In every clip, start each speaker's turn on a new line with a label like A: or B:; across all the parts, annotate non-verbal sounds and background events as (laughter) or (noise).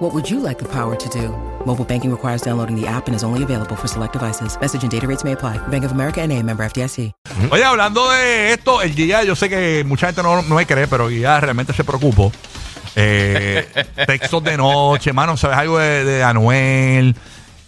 A: What would you like the power to do? Mobile banking requires downloading the app and is only available for select devices. Message and data rates may apply. Bank of America and a member FDIC.
B: Oye, hablando de esto, el guía, yo sé que mucha gente no, no me cree, pero guía realmente se preocupó. Eh, textos de noche, mano, ¿sabes algo de, de Anuel?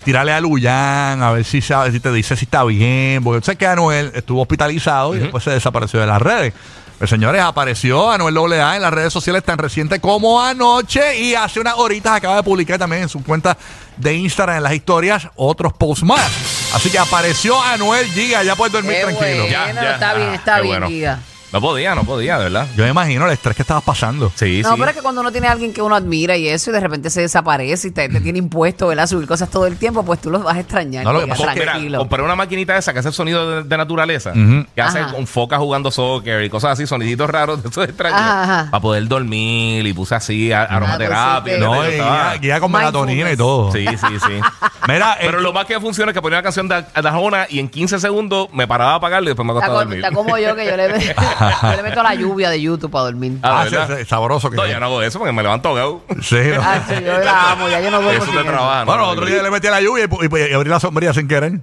B: Tirarle a Luyan, a ver si, sabe, si te dice si está bien. Porque yo sé que Anuel estuvo hospitalizado y después se desapareció de las redes. Pero señores, apareció Anuel AA en las redes sociales tan reciente como anoche y hace unas horitas acaba de publicar también en su cuenta de Instagram en las historias otros posts más. Así que apareció Anuel Giga, ya puedes dormir
C: Qué
B: tranquilo.
C: bueno. está bien, está
D: Ah, qué
C: bien, Giga.
D: No podía, no podía, de verdad.
B: Yo me imagino el estrés que estabas pasando.
D: Sí,
C: No,
D: sí.
C: pero es que cuando uno tiene a alguien que uno admira y eso, y de repente se desaparece y te, te tiene impuesto, ¿verdad? Subir cosas todo el tiempo, pues tú los vas a extrañar.
B: No, lo que
C: Giga,
B: pasó
D: Mira,
C: tranquilo.
D: compré una maquinita esa que hace sonido de, de naturaleza, que hace
C: Ajá.
D: con focas jugando soccer y cosas así, soniditos raros (laughs) de esos extraños,
C: Ajá, ajá. Ah, pues
D: para poder dormir y puse así a- aromaterapia.
C: pusiste-
D: y
B: No,
D: yo
B: y
D: estaba-
B: guía, guía con
C: Mindfulness.
B: melatonina y todo.
D: Sí, sí,
B: (laughs)
D: sí.
B: Mira,
D: (laughs) Pero
B: eh,
D: lo más que funciona es que ponía una canción de Dajona y en 15 segundos me paraba a apagarlo y después me
C: Está,
D: acostaba a
C: co-
D: dormir.
C: está como yo que yo
D: (laughs)
C: le, yo le meto la lluvia de YouTube para dormir.
D: Ah,
B: ah,
D: ¿verdad?
B: sí, sí, sabroso que
D: No,
B: es.
D: yo no hago eso porque me
B: (laughs)
D: levanto ahogado. (laughs)
B: Sí, no.
C: Ah, sí, yo la amo, ya yo no duermo
D: Eso
C: sin
D: te trabaja.
B: Ah, Bueno,
D: ¿no?
B: otro día le metí a la lluvia y, pu- y pu- y abrí la sombrilla sin
D: (laughs)
B: querer.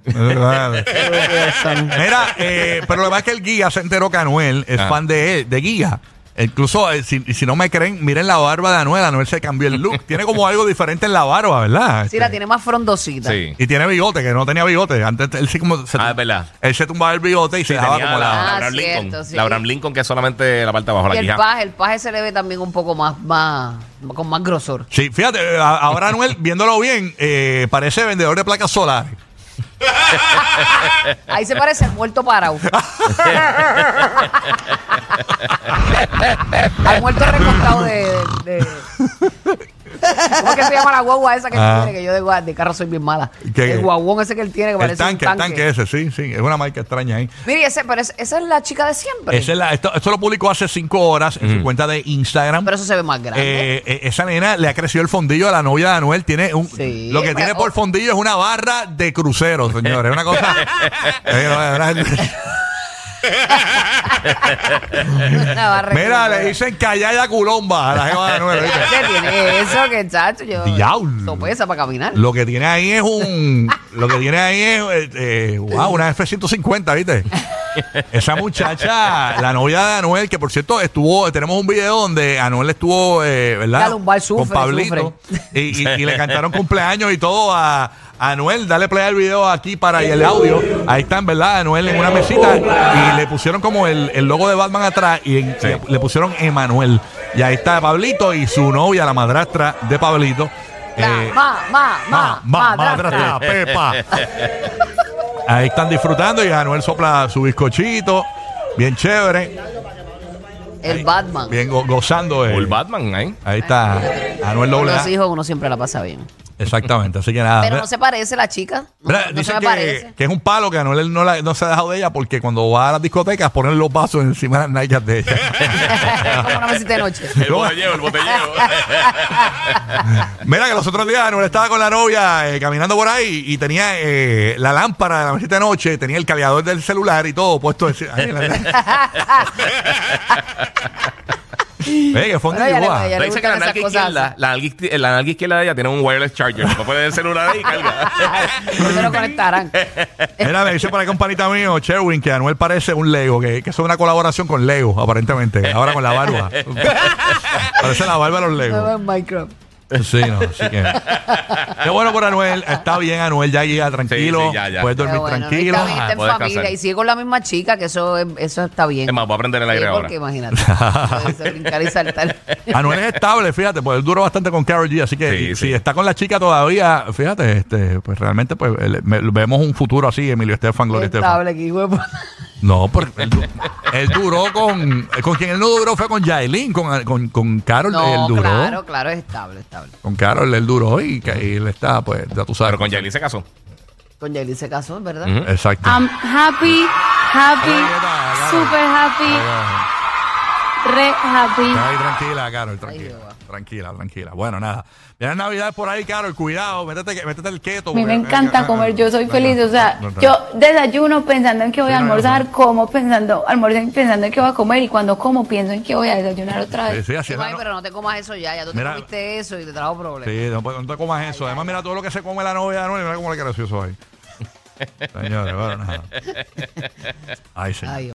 B: Mira, eh, pero lo que pasa es que el guía se enteró que Anuel es
D: Ah.
B: fan de, él- de guía. Incluso, eh, si, si no me creen, miren la barba de Anuel. Anuel se cambió el look. tiene como algo diferente en la barba, ¿verdad? Este,
C: Sí, la tiene más frondosita.
D: Sí.
B: Y tiene bigote, que no tenía bigote. Antes él sí como... Se,
D: Ah, es verdad.
B: Él se tumbaba el bigote y se
D: Sí,
B: dejaba
D: tenía
B: como
D: la,
B: la...
D: la
C: Ah,
D: Abraham
C: cierto,
D: Lincoln.
C: sí.
D: La Abraham Lincoln que es solamente la parte de abajo,
C: Y
D: la
C: el
D: quijada.
C: paje, el paje se le ve también un poco más, más, con más grosor.
B: Sí, fíjate, eh, a- ahora
C: (laughs)
B: Anuel, viéndolo bien, eh, parece vendedor de placas solares.
C: Ahí se parece al muerto parado. al muerto recostado de, de- ¿Cómo es que se llama la guagua esa que él
B: Ah.
C: tiene? Que yo de, gua- de carro soy bien mala.
B: ¿Qué?
C: El guaguón ese que él tiene que
B: El
C: parece
B: tanque,
C: un
B: el tanque ese, sí, sí. Es una marca extraña ahí.
C: Mire, ese, pero es- esa es la chica de siempre.
B: Esa es la- esto, esto lo publicó hace cinco horas en su cuenta de Instagram.
C: Pero eso se ve más grande.
B: Eh, eh, esa nena le ha crecido el fondillo a la novia de Anuel. Tiene un,
C: Sí,
B: lo que
C: pero-
B: tiene por fondillo es una barra de crucero, señores. Es una
C: (laughs)
B: cosa. Eh, no, no, no.
C: Una barra
B: Eh, Mira,
C: que-
B: le dicen callaya culomba a la jeva de Anuel. ¿viste?
C: ¿Qué tiene eso? Que chacho, yo.
B: (laughs) Diablo. Eh,
C: Sopesa para caminar.
B: Lo que tiene ahí es
C: (laughs)
B: un. Lo que tiene ahí es. eh, eh, wow, una F-150,
C: (laughs)
B: ¿viste? Esa muchacha, la novia de Anuel, que por cierto estuvo. Tenemos un video donde Anuel estuvo, eh, ¿verdad?
C: La lumbar sufre,
B: con Pablito.
C: sufre.
B: Y, y- y le cantaron cumpleaños y todo a. a Anuel, dale play al video aquí para y el audio. Ahí están, ¿verdad? Anuel en una mesita y le pusieron como el, el logo de Batman atrás y en- le, le pusieron Emanuel. Y ahí está Pablito y su novia, la madrastra de Pablito.
C: La-
B: eh,
C: ma, ma, ma,
B: ma,
C: madrastra.
B: madrastra, Pepa. (laughs) Ahí están disfrutando y Anuel sopla su bizcochito. Bien chévere,
C: El Batman.
B: bien go- gozando. eh.
D: O el Batman, ¿eh?
B: Ahí está Anuel
C: Con
B: doble
C: los
B: A.
C: hijos uno siempre la pasa bien.
B: Exactamente, así que nada.
C: Pero
B: Mira,
C: no se parece la chica. No,
B: mira,
C: no
B: dice
C: se me
B: que, (laughs)
C: parece.
B: que es un palo que Anuel no, la- no se ha dejado de ella porque cuando va a las discotecas ponen los vasos encima de las nalgas de ella.
C: (laughs) Como una mesita de noche.
D: (laughs) El botellero, el (laughs) botellero.
B: Mira que los otros días Anuel estaba con la novia eh, caminando por ahí y tenía eh, la lámpara de la mesita de noche, tenía el cargador del celular y todo puesto. encima- Ay,
C: (laughs)
B: la- Ey, que fue un
C: Bueno, ya le-
B: dibujo.
C: ya le
D: Pero dice que la
C: gustan esas
D: nalga
C: cosas
D: izquierda, la nalga izquier- la nalga izquierda de ella tiene un wireless charger. No puede el celular ahí y carga.
C: (laughs) No se lo conectarán.
B: Mira, me dice para acá un panita mío, Sherwin, que Anuel parece un Lego, que, que eso es una colaboración con Lego, aparentemente. Ahora con la
C: (laughs)
B: barba. parece la barba de los Lego.
C: Nuevo en Minecraft.
B: Sí, no, así que. Qué bueno por Anuel. Está bien, Anuel, ya llega tranquilo.
D: Sí, sí, ya, ya.
B: Puedes
C: Pero
B: dormir
C: bueno, no,
B: tranquilo.
C: está bien, está
D: Ah,
C: en
D: puedes
C: familia.
D: descansar.
C: Y sigue con la misma chica, que eso, es- eso está bien.
D: Es más, voy a prender el
C: Sí,
D: aire ahora.
C: porque imagínate. puedes brincar y saltar.
B: Anuel es Ah, estable, fíjate, pues él duró bastante con Carol G, así que
D: Sí,
B: si
D: sí.
B: está con la chica todavía, fíjate, este, pues realmente pues el- me- vemos un futuro así, Emilio Estefan, Gloria Estefan.
C: Estable, que hijo de puta.
B: No, porque él, du- él duró con, con quien él no duró fue con Yailin, con, con, con Carol él
C: No,
B: duró.
C: claro, claro, es estable, estable.
B: Con Carol él duró y, que- y él está, pues, ya tú sabes.
D: Pero con Yailin se casó.
E: Ah,
C: Con Yaeli se casó, ¿verdad?
B: Exacto.
E: I'm happy Happy,
B: Galleta, galleta.
E: super happy, re happy.
B: Ay, tranquila, Carol, tranquila.
C: Jehová.
B: tranquila, tranquila. Bueno, nada. Viene Navidad por ahí, Carol, cuidado. Métete, métete el keto.
E: A mí me
B: porque-
E: encanta comer, yo soy
B: No,
E: feliz,
B: no,
E: o sea,
B: no, no.
E: yo desayuno pensando en que voy a
B: Sí, no, no,
E: almorzar, como pensando, almuerzo pensando en que voy a comer y cuando como pienso en que voy a desayunar otra
B: Sí,
E: vez.
B: sí, así es.
C: Ay,
B: la no-
C: pero no te comas eso ya, ya tú
B: Mira.
C: te comiste eso y te trajo problemas.
B: Sí, no, no te comas eso. Además, mira todo lo que se come la novia de Anuel. Mira cómo le queda gracioso ahí. Señores, bueno, nada. Ay, señor.
C: Ay,